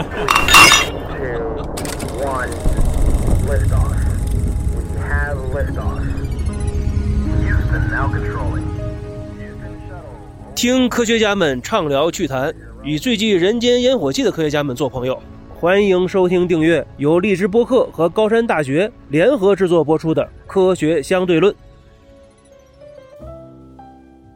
two, one, liftoff. We have liftoff. Houston now controlling. Houston shuttle. 听科学家们畅聊趣谈，与最具人间烟火气的科学家们做朋友。欢迎收听订阅由荔枝播客和高山大学联合制作播出的《科学相对论》。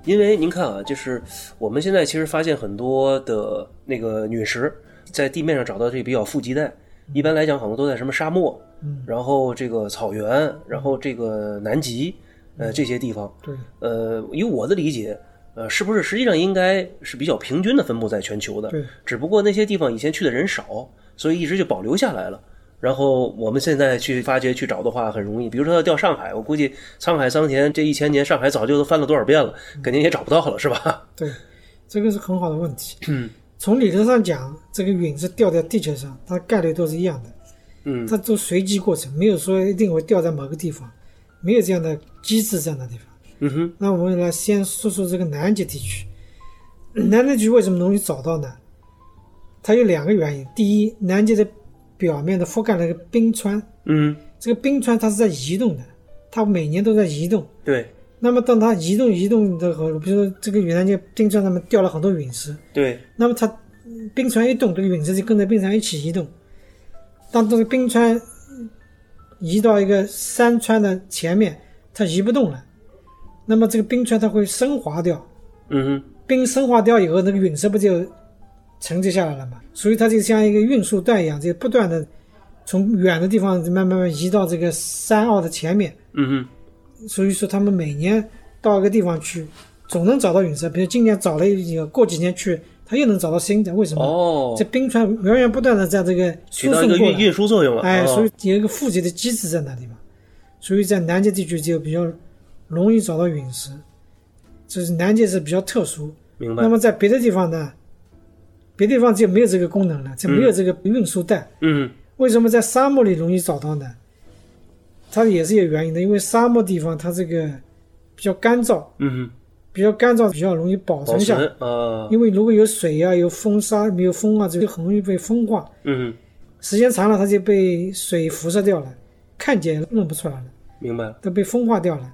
因为您看啊，就是我们现在其实发现很多的那个陨石在地面上找到这比较富基带，一般来讲好像都在什么沙漠，然后这个草原，然后这个南极，呃这些地方。对，呃，以我的理解，呃，是不是实际上应该是比较平均的分布在全球的？对只不过那些地方以前去的人少，所以一直就保留下来了。然后我们现在去发掘去找的话很容易，比如说要调上海，我估计沧海桑田这一千年，上海早就都翻了多少遍了，肯定也找不到了，是吧？ 对，这个是很好的问题。从理论上讲，这个陨石掉在地球上，它概率都是一样的，嗯它都随机过程，没有说一定会掉在某个地方，没有这样的机制，这样的地方。嗯哼，那我们来先说说这个南极地区。南极地区为什么容易找到呢？它有两个原因。第一，南极的表面的覆盖了一个冰川，嗯，这个冰川它是在移动的，它每年都在移动。对那么当它移动移动的时候，比如说这个原来就冰川上面掉了很多陨石，对，那么它嗯冰川一动，这个陨石就跟着冰川一起移动。当这个冰川嗯移到一个山川的前面，它移不动了，那么这个冰川它会升华掉，嗯冰升华掉以后，那个陨石不就沉积下来了嘛？所以它就像一个运输带一样，就不断的从远的地方慢慢慢移到这个山坳的前面。哼，嗯所以说他们每年到一个地方去，总能找到陨石。比如今年找了一个，过几年去，他又能找到新的。为什哼，么？哦这，冰川源源不断的在这个起输到一送个过运运来，输作用了，哎，哦所以有一个负极的机制在那地方，所以在南极地区就比较容易找到陨石，就是南极是比较特殊。明白那，么在别的地方呢，别的地方就没有这个功能了，就没有这个运输带。嗯，为什么在沙漠里容易找到呢？它也是有原因的，因为沙漠地方它这个比较干燥，嗯比较干燥，比较容易保哼，保存下存来。啊，因为如果有水啊、有风沙、没有风啊，这就很容易被风化。嗯时间长了，它就被水辐射掉了，看见也认不出来了，哼，明白了，都被风化掉了。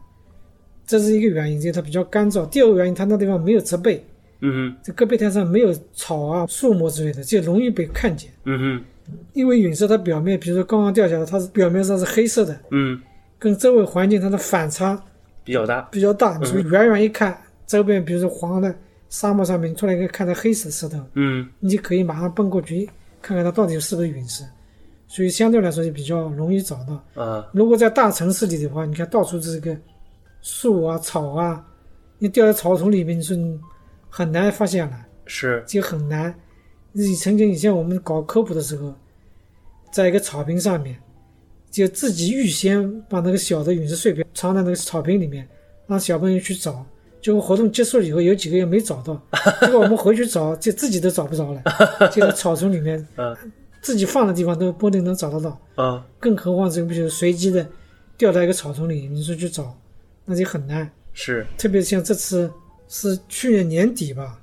这是一个原因，就是它比较干燥。第二个原因，它那地方没有植被，嗯这戈壁滩上没有草啊、树木之类的，就容易被看见。哼，嗯哼，因为陨石它表面，比如说刚刚掉下来，它是表面上是黑色的，嗯，跟周围环境它的反差比较大，比较大，你从远远一看，周边比如说黄的沙漠上面突然一个看到黑色的石头，嗯。你就可以马上奔过去看看它到底是不是陨石，所以相对来说就比较容易找到。啊，如果在大城市里的话，你看到处这个树啊、草啊，你掉在草丛里面，你说你很难发现了，是，就很难。你曾经以前我们搞科普的时候，在一个草坪上面，就自己预先把那个小的陨石碎片藏在那个草坪里面，让小朋友去找。结果活动结束了以后，有几个也没找到，结果我们回去找，就自己都找不着了，就在草丛里面嗯，自己放的地方都不一定能找得到，啊，更何况这个不就是随机的掉到一个草丛里，你说去找，那就很难。是，特别像这次是去年年底吧，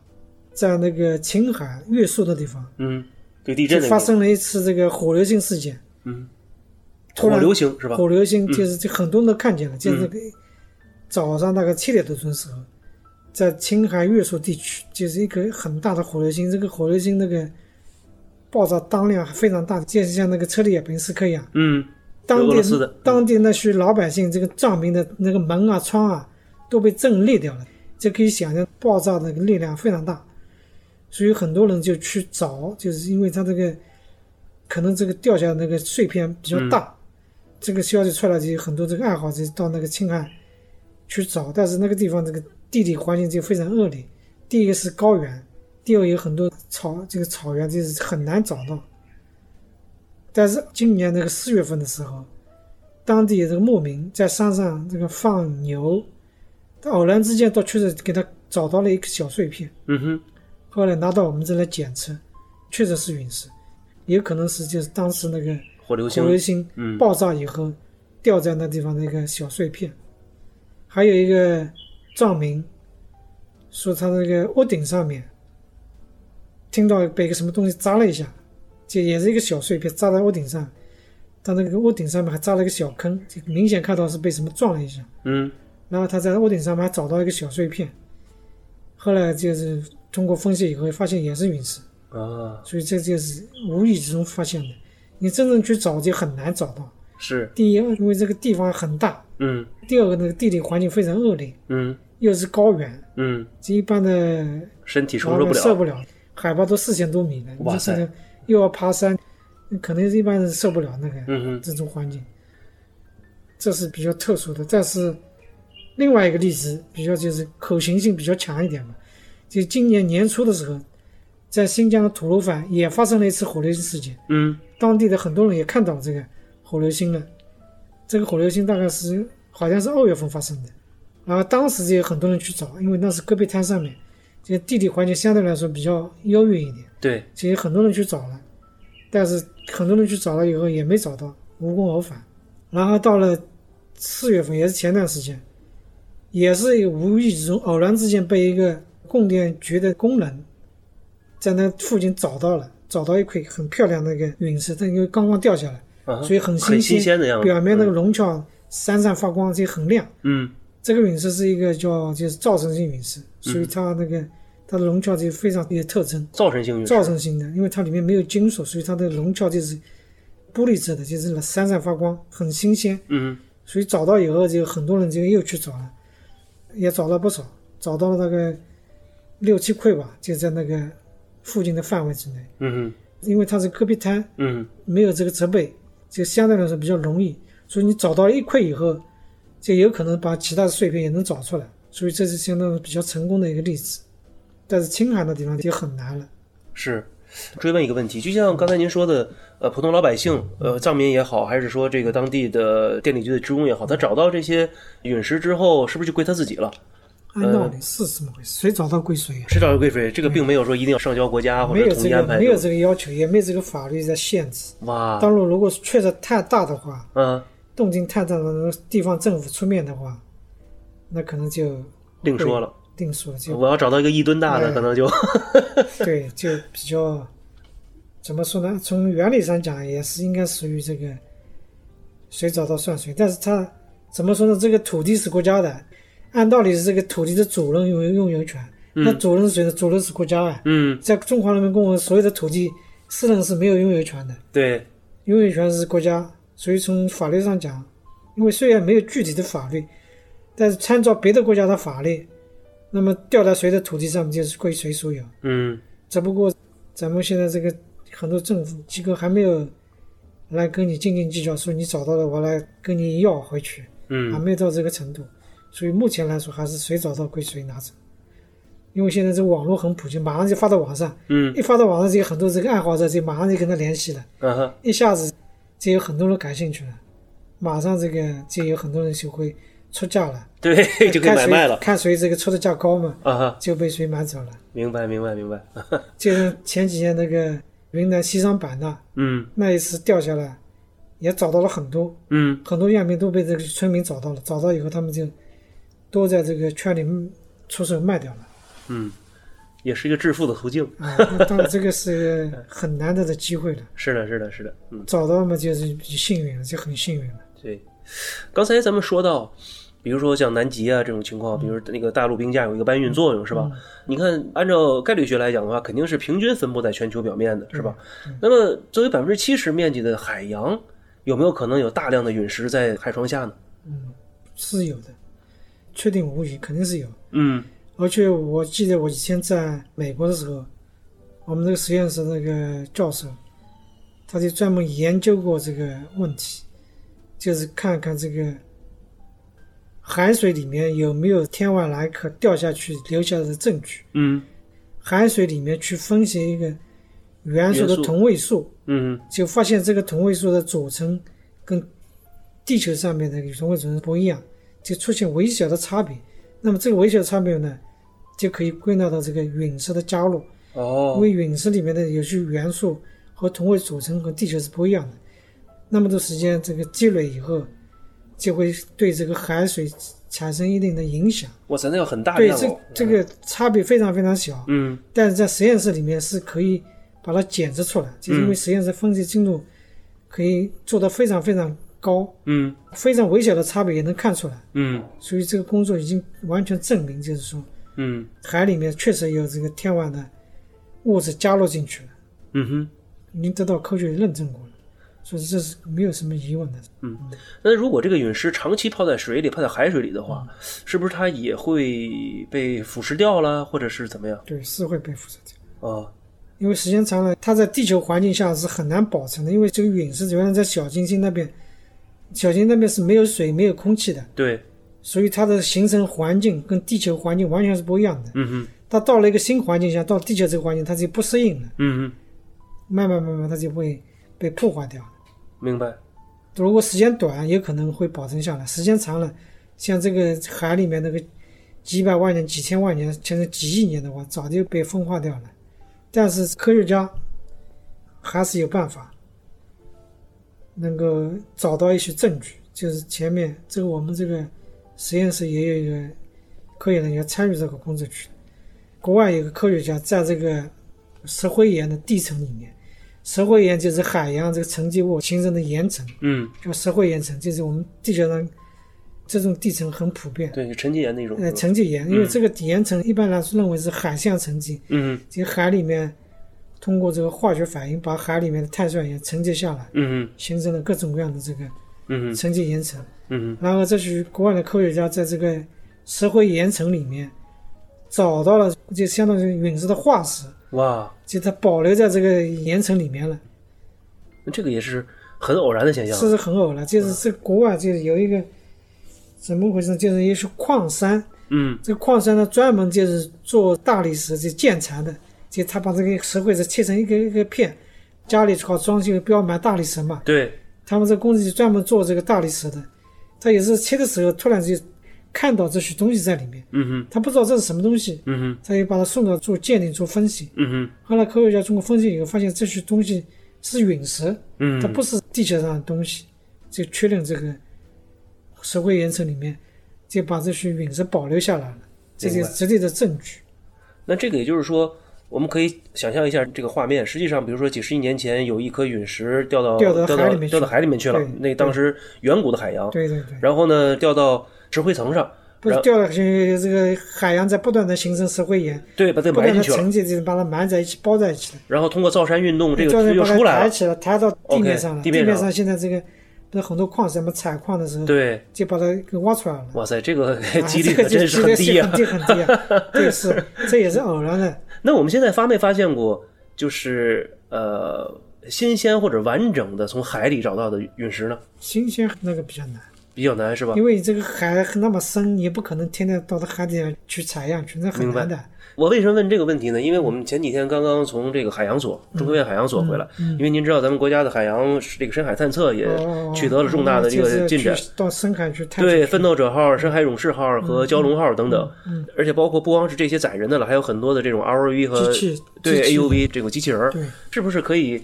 在那个青海越宿的地方，嗯，对地就震的发，生了一次这个火流星事件。嗯，突火然流星是吧？嗯火流星就是就很多人都看见了，就是那个早上大概七点多钟的时候，在青海越宿地区，就是一个很大的火流星。这个火流星那个爆炸当量非常大，就是像那个车里亚本斯克一样，嗯，当俄地罗斯的当地那些老百姓这个藏民的那个门啊窗啊都被震裂掉了，这可以想象爆炸的力量非常大，所以很多人就去找，就是因为它这个可能这个掉下来那个碎片比较大，这个消息出来就有很多这个爱好者到那个青海去找，但是那个地方这个地理环境就非常恶劣，第一个是高原，第二有很多草这个草原就是很难找到。但是今年那个四月份的时候，当地有这个牧民在山上这个放牛，他偶然之间到确实给他找到了一个小碎片，嗯哼，后来拿到我们这来检测，确实是陨石，也可能是就是当时那个火流星火，流星嗯爆炸以后掉在那地方的一个小碎片。还有一个藏民说他那个屋顶上面听到被一个什么东西砸了一下，这也是一个小碎片砸在屋顶上，它那个屋顶上面还扎了一个小坑，这个明显看到是被什么撞了一下。嗯，然后他在屋顶上面还找到一个小碎片，后来就是通过分析以后发现也是陨石，啊，所以这就是无意之中发现的。你真正去找就很难找到。是，第一，因为这个地方很大；嗯第二个，那个地理环境非常恶劣，嗯又是高原，嗯，这一般的身体承老受不板受了，不了，海拔都四千多米了，哇塞你这个又要爬山，可能一般人受不了那个嗯哼，这种环境。这是比较特殊的，但是另外一个例子比较就是可行性比较强一点嘛。就今年年初的时候，在新疆的吐鲁番也发生了一次火流星事件，嗯当地的很多人也看到这个火流星了。这个火流星大概是好像是二月份发生的，然后当时就有很多人去找，因为那是戈壁滩上面，这个地理环境相对来说比较优越一点，对，其实很多人去找了，但是很多人去找了以后也没找到，无功而返。然后到了四月份，也是前段时间，也是无意之中偶然之间被一个供电局的工人在那附近找到了，找到一块很漂亮的一个陨石，它因为刚刚掉下来，啊，所以很很新新鲜的样子，表面那个龙壳闪闪发光，这很亮。嗯，这个陨石是一个叫就是造成性陨石，所嗯以它那个它的龙壳就非常有特征。造成性陨石，造成性的，因为它里面没有金属，所以它的龙壳就是玻璃制的，就是闪闪发光，很新鲜。嗯所以找到以后，就很多人就又去找了，也找了不少，找到了大概六七块吧，就在那个附近的范围之内。嗯因为它是戈壁滩，哼嗯，没有这个植被，就相对来说比较容易。所以你找到了一块以后，就有可能把其他的碎片也能找出来。所以这是相当于比较成功的一个例子。但是青海那地方就很难了。是。追问一个问题，就像刚才您说的，呃，普通老百姓，呃，藏民也好，还是说这个当地的电力局的职工也好，他找到这些陨石之后，是不是就归他自己了？按道嗯理是这么回事，谁找到归谁呀、谁找到归谁？这个并没有说一定要上交国家或嗯没者有统这一个安排啊没这有种。这个要求，也没有这个法律在限制。哇，当然，如果确实太大的话，嗯，动静太大的，地方政府出面的话，那可能就另说了。定数了，就我要找到一个一吨大的，哎可能 就对，就比较怎么说呢？从原理上讲，也是应该属于这个谁找到算谁。但是他怎么说呢？这个土地是国家的，按道理是这个土地的主人拥有拥有权。那主人是谁呢？主人是国家啊。嗯，在中华人民共和国所有的土地，私人是没有拥有权的，对，拥有权是国家。所以从法律上讲，因为虽然没有具体的法律，但是参照别的国家的法律，那么掉在谁的土地上面就是归谁所有。嗯，只不过咱们现在这个很多政府机构还没有来跟你斤斤计较，说你找到了我来跟你要回去，嗯还没有到这个程度。所以目前来说，还是谁找到归谁拿走。因为现在这网络很普及，马上就发到网上，嗯，一发到网上，就有很多这个爱好者就马上就跟他联系了，啊哈，一下子就有很多人感兴趣了，马上这个就有很多人就会出价了，对， 就可以看买谁卖了，看谁这个出的价高嘛，啊哈，就被谁买走了。明白，明白，明白，啊就像前几天那个云南西双版纳嗯那一次掉下来，也找到了很多嗯，很多样品都被这个村民找到了，找到以后他们就都在这个圈里出手卖掉了。也是一个致富的途径。啊，那当然这个是很难得的机会了，是的，是的，是的，嗯，找到嘛就是幸运了，就很幸运了。对。刚才咱们说到，比如说像南极啊这种情嗯况，比如那个大陆冰架有一个搬运作用，是吧？你看，按照概率学来讲的话，肯定是平均分布在全球表面的，是吧？嗯那么作为百分之七十面积的海洋，有没有可能有大量的陨石在海床下呢？是有的，确定无疑，肯定是有。嗯而且我记得我以前在美国的时候，我们那个实验室那个教授，他就专门研究过这个问题，就是看看这个海水里面有没有天外来客掉下去留下的证据，嗯海水里面去分析一个元素的元素同位素，嗯就发现这个同位素的组成跟地球上面的同位组成不一样，就出现微小的差别。那么这个微小的差别呢，就可以归纳到这个陨石的加入，因哦为陨石里面的有些元素和同位组成和地球是不一样的。那么多时间这个积累以后，就会对这个海水产生一定的影响。哇塞，那要很大对，量这哦。这个差别非常非常小。嗯但是在实验室里面是可以把它检测出来，就是因为实验室分析精度可以做到非常非常高，嗯非常微小的差别也能看出来，嗯所以这个工作已经完全证明，就是说嗯海里面确实有这个天然的物质加入进去了，嗯哼。已经得到科学认证过了，所以这是没有什么疑问的。那如果这个陨石长期泡在水里、泡在海水里的话，嗯是不是它也会被腐蚀掉了，或者是怎么样对，是会被辐射掉，啊？因为时间长了，它在地球环境下是很难保存的，因为这个陨石原来在小行星那边，小行星那边是没有水、没有空气的，对，所以它的形成环境跟地球环境完全是不一样的。嗯哼，它到了一个新环境下，到地球这个环境，它就不适应了，嗯慢慢慢慢它就会被破坏掉。哼，明白。如果时间短，也可能会保存下来；时间长了，像这个海里面那个几百万年、几千万年，甚至几亿年的话，早就被风化掉了。但是科学家还是有办法能够找到一些证据，就是前面这个我们这个实验室也有一个科研人员参与这个工作去，国外有个科学家在这个石灰岩的地层里面，石灰岩就是海洋这个沉积物形成的岩层。嗯，叫石灰岩层，就是我们地球上这种地层很普遍。对，沉积岩那种。呃，沉积岩，因为这个岩层一般来说认为是海象沉积，嗯就海里面通过这个化学反应把海里面的碳酸盐沉积下来，嗯形成了各种各样的这个嗯嗯沉积岩层。嗯然后这是国外的科学家在这个石灰岩层里面找到了，就相当于陨石的化石，嗯，哇，就它保留在这个岩层里面了。那这个也是很偶然的现象。啊是很偶然，就是这国外就是有一个怎么回事，就是一些矿山，嗯这个矿山呢专门就是做大理石就建材的，就他把这个石灰石切成一个一个片，家里搞装修不要买大理石嘛，对，他们这公司就专门做这个大理石的，他也是切的时候突然就看到这些东西在里面，嗯哼，他不知道这是什么东西，嗯哼，他就把它送到做鉴定做分析，嗯哼，后来科学家通过分析以后发现这些东西是陨石，嗯，它不是地球上的东西，就确认这个石灰岩层里面就把这些陨石保留下来了，这明就白是直接的证据。那这个也就是说，我们可以想象一下这个画面。实际上，比如说几十亿年前有一颗陨石掉到掉到掉海到里面去掉到海里面去了对，那当时远古的海洋。对对对，然后呢，掉到石灰层上，不是然掉了去这个海洋在不断的形成石灰岩，对，把它不埋进断的去了。沉积，就是把它埋在一起、包在一起了，然后通过造山运动，这就个是又把出它来抬了。起来，抬到地 OK，面上了。地地面上上现在这个不是很多矿山嘛，采矿的时候对，就把它给挖出来了。哇塞，这个 啊几率这可个就真是很低啊很！低很低啊！对，是这也是偶然的。那我们现在发没发现过，就是呃新鲜或者完整的从海里找到的陨石呢？新鲜那个比较难，比较难是吧因？为这个海那么深，也不可能天天到它海底去采样去，那很难的。我为什么问这个问题呢？因为我们前几天刚刚从这个海洋所，嗯中科院海洋所回来，因为您知道咱们国家的海洋这个深海探测也哦，呃取得了重大的这就是个进展。去到深海去探对，索，奋斗者号、深海勇士号和嗯蛟龙号等等，而且包括不光是这些载人的了，还有很多的这种 ROV 和机器呃对机器 AUV 这种机器人儿对，是不是可以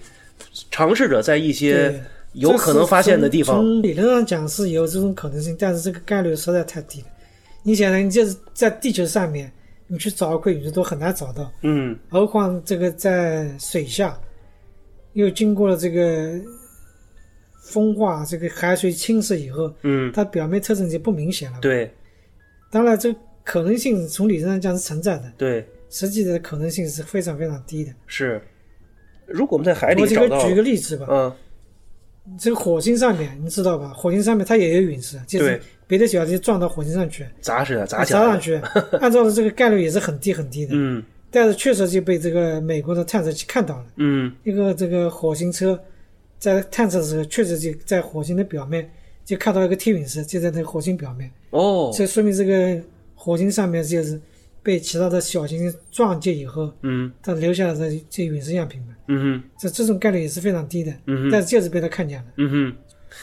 尝试着在一对些有可能发现的地这是方？从从理论上讲是有这种可能性，但是这个概率实在太低了。你想想，你就是在地球上面，你去找一块陨石都很难找到，嗯何况这个在水下，又经过了这个风化、这个海水侵蚀以后，嗯，它表面特征就不明显了。对当然，这个可能性从理论上讲是存在的，对实际的可能性是非常非常低的。是。如果我们在海里我这找个到，举个例子吧，嗯这个火星上面你知道吧？火星上面它也有陨石，就是对别的小行星撞到火星上去，砸起来砸起来，砸上， 去，按照这个概率也是很低很低的。嗯但是确实就被这个美国的探测器看到了，嗯一个这个火星车在探测的时候，确实就在火星的表面就看到一个天陨石，就在那个火星表面。哦，这说明这个火星上面就是被其他的小行星撞击以后，嗯它留下来的这陨石样品嘛，嗯哼这这种概率也是非常低的。嗯但哼是就是被他看见了，嗯哼。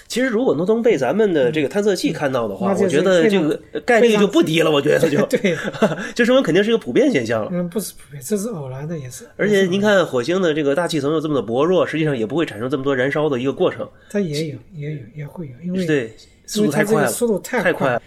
其实，如果能能被咱们的这个探测器看到的话，那就是我觉得这非常个概率就不低了。我觉得 就 对， 这说明肯定是一个普遍现象了。嗯，不是普遍，这是偶然的，也是。而且您看，火星的这个大气层又这么的薄弱，实际上也不会产生这么多燃烧的一个过程。它也有，也有，也会有，因为对，速因为度它太这快个了，速度太太快了。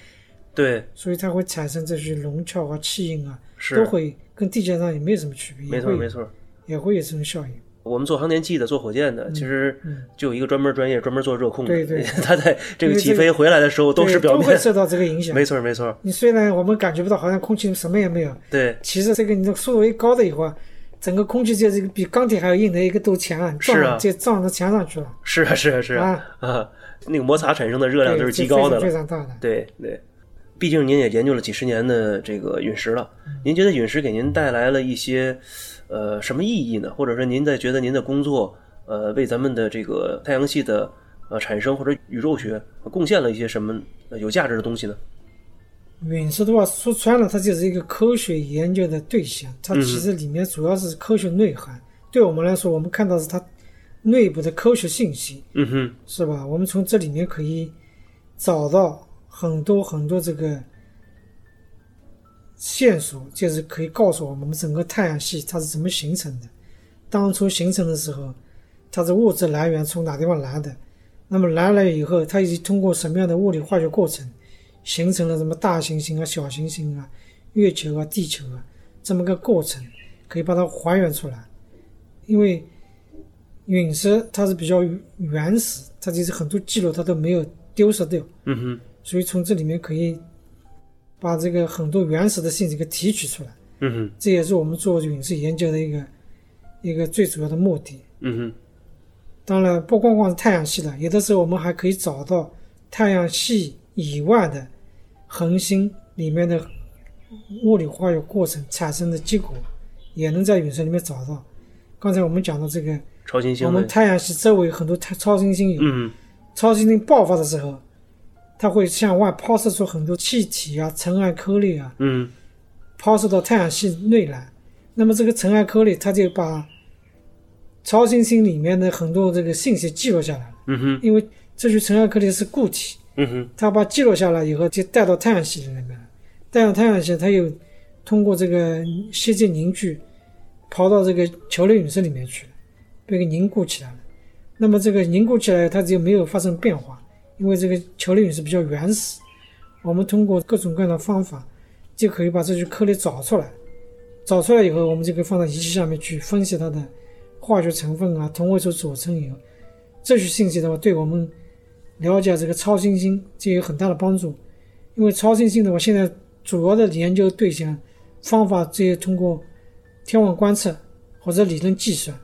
对，所以它会产生这些龙壳和气音啊，是都会跟地球上也没有什么区别，没也错会没错。也会有这种效应。我们做航天器的、做火箭的，其实就有一个专门专业专门做热控的。嗯对对 他在这因个为起这个飞回来的时候都对是表都会面，受到这个影响。没错没错，你虽然我们感觉不到，好像空气什么也没有，对，其实这个你的速度一高了以后啊，整个空气就是一个比钢铁还要硬的一个都墙啊，是撞啊就撞到墙上去了，是啊是啊是啊啊，那个摩擦产生的热量对，都是这极高的非了。常非常大的。对对，毕竟您也研究了几十年的这个陨石了，您觉得陨石给您带来了一些呃什么意义呢？或者说您在觉得您的工作呃为咱们的这个太阳系的呃产生或者宇宙学呃贡献了一些什么呃有价值的东西呢？陨石的话，说穿了，它就是一个科学研究的对象，它其实里面主要是科学内涵。对我们来说，我们看到的是它内部的科学信息，嗯哼，是吧？我们从这里面可以找到很多很多这个线索，就是可以告诉我们我们整个太阳系它是怎么形成的，当初形成的时候，它的物质来源从哪地方来的，那么来了以后，它以及通过什么样的物理化学过程，形成了什么大行星啊、小行星啊、月球啊、地球啊这么个过程，可以把它还原出来，因为。陨石它是比较原始，它就是很多记录它都没有丢失掉，嗯哼，所以从这里面可以把这个很多原始的信息给提取出来，嗯哼，这也是我们做陨石研究的一个一个最主要的目的。嗯哼，当然，不光光是太阳系了，有的时候我们还可以找到太阳系以外的恒星里面的物理化学过程产生的结果，也能在陨石里面找到。刚才我们讲的这个。超新我星们的，太阳系周围很多太超新星有，嗯超新星爆发的时候，它会向外抛射出很多气体啊、尘埃颗粒啊，嗯抛射到太阳系内来。那么这个尘埃颗粒，它就把超新星里面的很多这个信息记录下来了，嗯哼，因为这些尘埃颗粒是固体，嗯哼，它把记录下来以后，就带到太阳系里面了。带到太阳系，它又通过这个吸积凝聚，跑到这个球类陨石里面去了，被给凝固起来了。那么这个凝固起来，它就没有发生变化，因为这个球类陨石比较原始。我们通过各种各样的方法，就可以把这些颗粒找出来。找出来以后，我们就可以放到仪器上面去分析它的化学成分啊、同位素组成以后，这些信息的话，对我们了解这个超新星就有很大的帮助。因为超新星的话，现在主要的研究对象方法只有通过天文观测或者理论计算，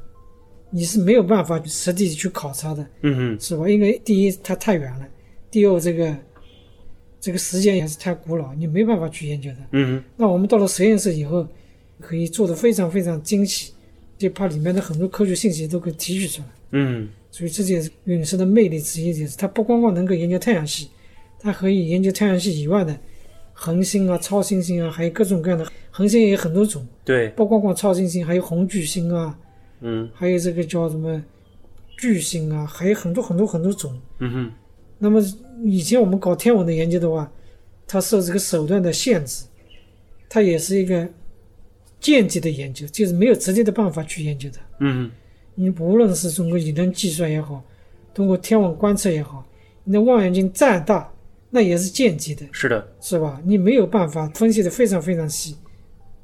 你是没有办法实地去考察的，嗯哼，是吧？因为第一它太远了，第二这个这个时间也是太古老，你没办法去研究它。嗯哼，那我们到了实验室以后，可以做的非常非常精细，就把里面的很多科学信息都给提取出来。嗯所以这就是陨石的魅力之一，就是它不光光能够研究太阳系，它可以研究太阳系以外的恒星啊、超新星啊，还有各种各样的恒星也有很多种，对，不光光超新星，还有红巨星啊，嗯还有这个叫什么巨星啊，还有很多很多很多种。嗯哼，那么以前我们搞天文的研究的话，它受这个手段的限制，它也是一个间接的研究，就是没有直接的办法去研究它。嗯哼，你无论是通过理论计算也好，通过天文观测也好，你的望远镜再大，那也是间接的，是的，是吧？你没有办法分析的非常非常细。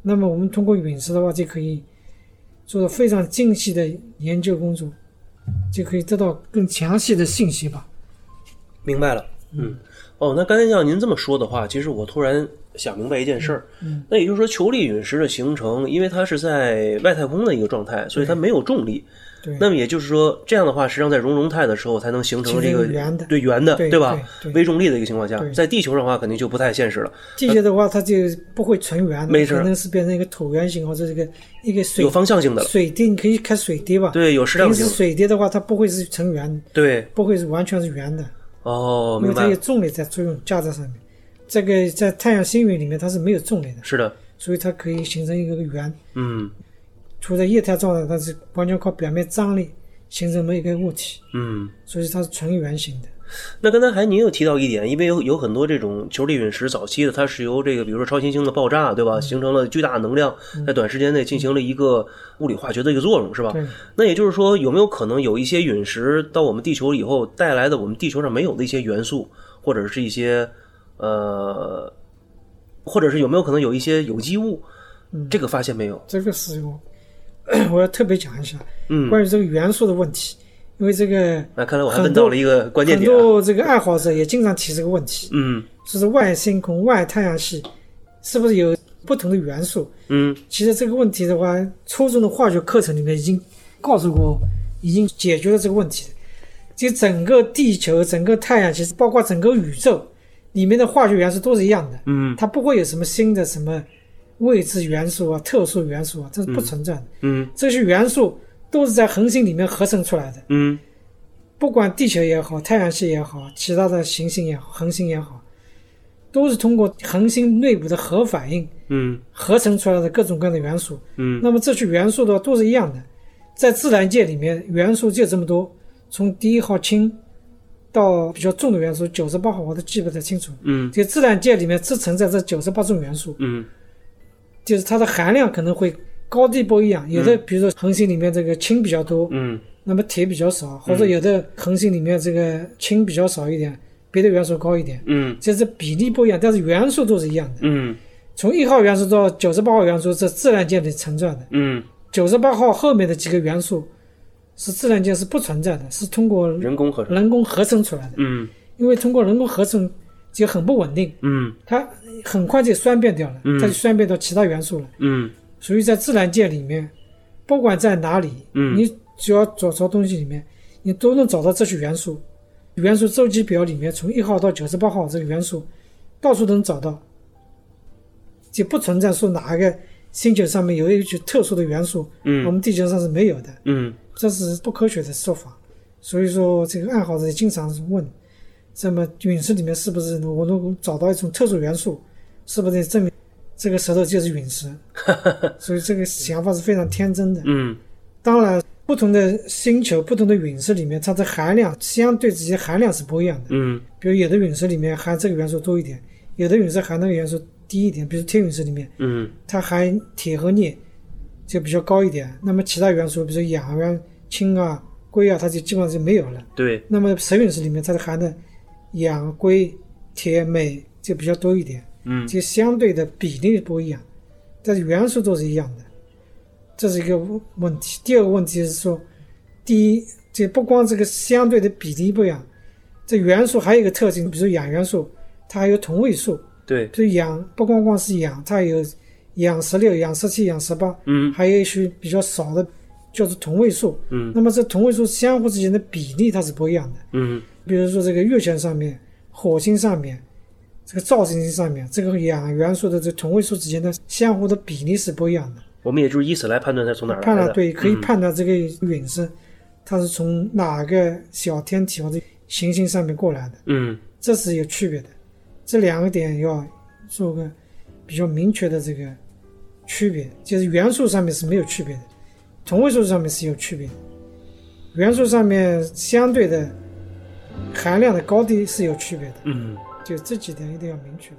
那么我们通过陨石的话，就可以做的非常精细的研究工作，就可以得到更详细的信息吧。明白了，嗯，哦，那刚才像您这么说的话，其实我突然想明白一件事儿，嗯那也就是说，球粒陨石的形成，因为它是在外太空的一个状态，所以它没有重力。对，那么也就是说，这样的话，实际上在熔融态的时候才能形成这个形成圆的对圆的，对吧对？对微重力的一个情况下对，在地球上的话，肯定就不太现实了，地球的话，它就不会纯圆，呃没事可能是变成一个椭圆形或者这个一个水有方向性的了，水滴，你可以看水滴吧。对，有矢量平性时，水滴的话，它不会是成圆的，对，不会是完全是圆的，哦，因为明它白有了，重力在作用加在上面。这个在太阳星云里面它是没有重力的，是的，所以它可以形成一个圆。嗯处在液态状态，它是完全靠表面张力形成了一个物体，嗯。所以它是纯圆形的。那刚才还您又提到一点，因为有有很多这种球粒陨石早期的，它是由这个比如说超新星的爆炸，对嗯吧，形成了巨大的能量，在短时间内进行了一个物理化学的一个作用，是吧对？那也就是说，有没有可能有一些陨石到我们地球以后带来的我们地球上没有的一些元素，或者是一些呃，嗯或者是有没有可能有一些有机物？这个发现没有？这个是我 我要特别讲一下，嗯关于这个元素的问题，因为这个那看来我还问很多到了一个关键很点啊、多这个爱好者也经常提这个问题，嗯就是外星孔、外太阳系是不是有不同的元素？嗯其实这个问题的话，初中的化学课程里面已经告诉过，已经解决了这个问题。就整个地球、整个太阳，其实包括整个宇宙里面的化学元素都是一样的，嗯它不会有什么新的什么未知元素啊、特殊元素啊，这是不嗯存在的。嗯这些元素都是在恒星里面合成出来的，嗯不管地球也好、太阳系也好、其他的行星也好、恒星也好，都是通过恒星内部的核反应嗯合成出来的各种各样的元素。嗯那么这些元素的话都是一样的，在自然界里面，元素就这么多，从第一号氢到比较重的元素九十八号，我都记不太清楚。嗯就自然界里面只存在这九十八种元素，嗯就是它的含量可能会高低不一样。有的比如说恒星里面这个氢比较多，嗯那么铁比较少，或者有的恒星里面这个氢比较少一点，别的元素高一点，嗯这是比例不一样，但是元素都是一样的。嗯从一号元素到九十八号元素是自然界里存在的，嗯，九十八号后面的几个元素是自然界是不存在的，是通过人工合成。人工合成出来的。嗯因为通过人工合成就很不稳定，嗯它很快就衰变掉了，嗯它就衰变到其他元素了。嗯所以在自然界里面，不管在哪里，嗯你只要找着东西里面，你都能找到这些元素。元素周期表里面，从一号到九十八号这个元素，到处都能找到，就不存在说哪一个星球上面有一种特殊的元素，我嗯们地球上是没有的，嗯这是不科学的说法。所以说，这个爱好者经常问，这么陨石里面是不是我能够找到一种特殊元素，是不是证明这个石头就是陨 石？所以这个想法是非常天真的。嗯当然，不同的星球、不同的陨石里面，它的含量相对之间含量是不一样的。嗯比如有的陨石里面含这个元素多一点，有的陨石含那个元素低一点。比如铁陨石里面，嗯它含铁和镍就比较高一点，那么其他元素，比如说氧啊、氢啊、硅啊，它就基本上就没有了。对，那么石陨石里面，它的含的氧、硅、铁、镁就比较多一点，嗯就相对的比例不一样，但是元素都是一样的，这是一个问题。第二个问题是说，第一，这不光这个相对的比例不一样，这元素还有一个特性，比如说氧元素，它还有同位素，对，就氧不光光是氧，它有氧十六、氧十七、氧十八，嗯还有一些比较少的，就是同位素。嗯那么这同位素相互之间的比例它是不一样的。嗯比如说这个月球上面、火星上面、这个造行星上面，这个氧元素的这同位素之间的相互的比例是不一样的。我们也就是以此来判断它从哪儿来判的。断对，可以嗯判断这个陨石它是从哪个小天体或者行星上面过来的。嗯这是有区别的。这两个点要做个比较明确的这个区别，就是元素上面是没有区别的，同位素上面是有区别的。元素上面相对的含量的高低是有区别的，嗯就这几点一定要明确。